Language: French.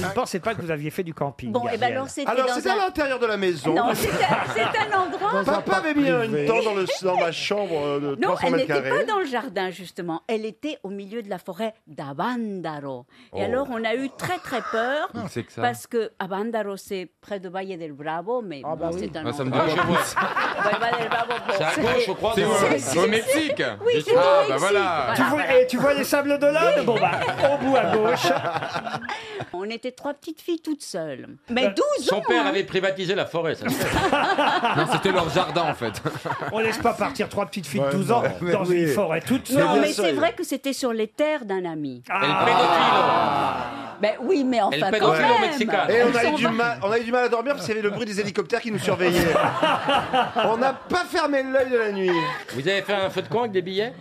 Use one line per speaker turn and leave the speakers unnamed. ne pensais pas que vous aviez fait du camping.
Bon, et ben
Gabriel.
alors c'était
Alors,
dans
c'était
un...
à l'intérieur de la maison.
Non, c'est un, c'est un endroit.
Papa avait mis une dent dans, le, dans ma chambre euh, de
Non,
300
elle
mètres
n'était pas
carrés.
dans le jardin, justement. Elle était au milieu de la forêt d'Abandaro. Et
Oh.
alors, on a eu très, très peur.
Ah, C'est que ça.
Parce que Abandaro, c'est près de Valle del Bravo, mais
Ah,
bon,
bah oui.
c'est un
Ah, ça me dit
endroit-
je vois.
Ouais, Valle del Bravo, bon,
C'est à gauche, je crois.
C'est
dans-
où,
c'est-
au
c'est-
Mexique.
Oui, c'est au
Ah, bah
Mexique.
voilà.
Tu
Voilà,
vois,
voilà.
et tu vois les sables d'Olonne Bon, bah, au bout à gauche.
On était trois petites filles toutes seules. Mais 12 ans
Son père
hein.
avait privatisé la forêt, ça se fait.
Non, c'était leur jardin en fait.
On laisse pas partir trois petites filles de
Ouais,
12
non,
ans
mais
dans
oui.
une forêt toute seule.
Non,
bien
mais
sûr,
c'est
il-
vrai que c'était sur les terres d'un ami.
Ah,
Ben oui, mais
El
enfin quand
pédophile
même. Eh
mexicain.
Et on
Ils
a, eu
sont
du mal, on a eu du mal à dormir parce qu'il y avait le bruit des hélicoptères qui nous surveillaient. on n'a pas fermé l'œil de la nuit.
Vous avez fait un feu de camp avec des billets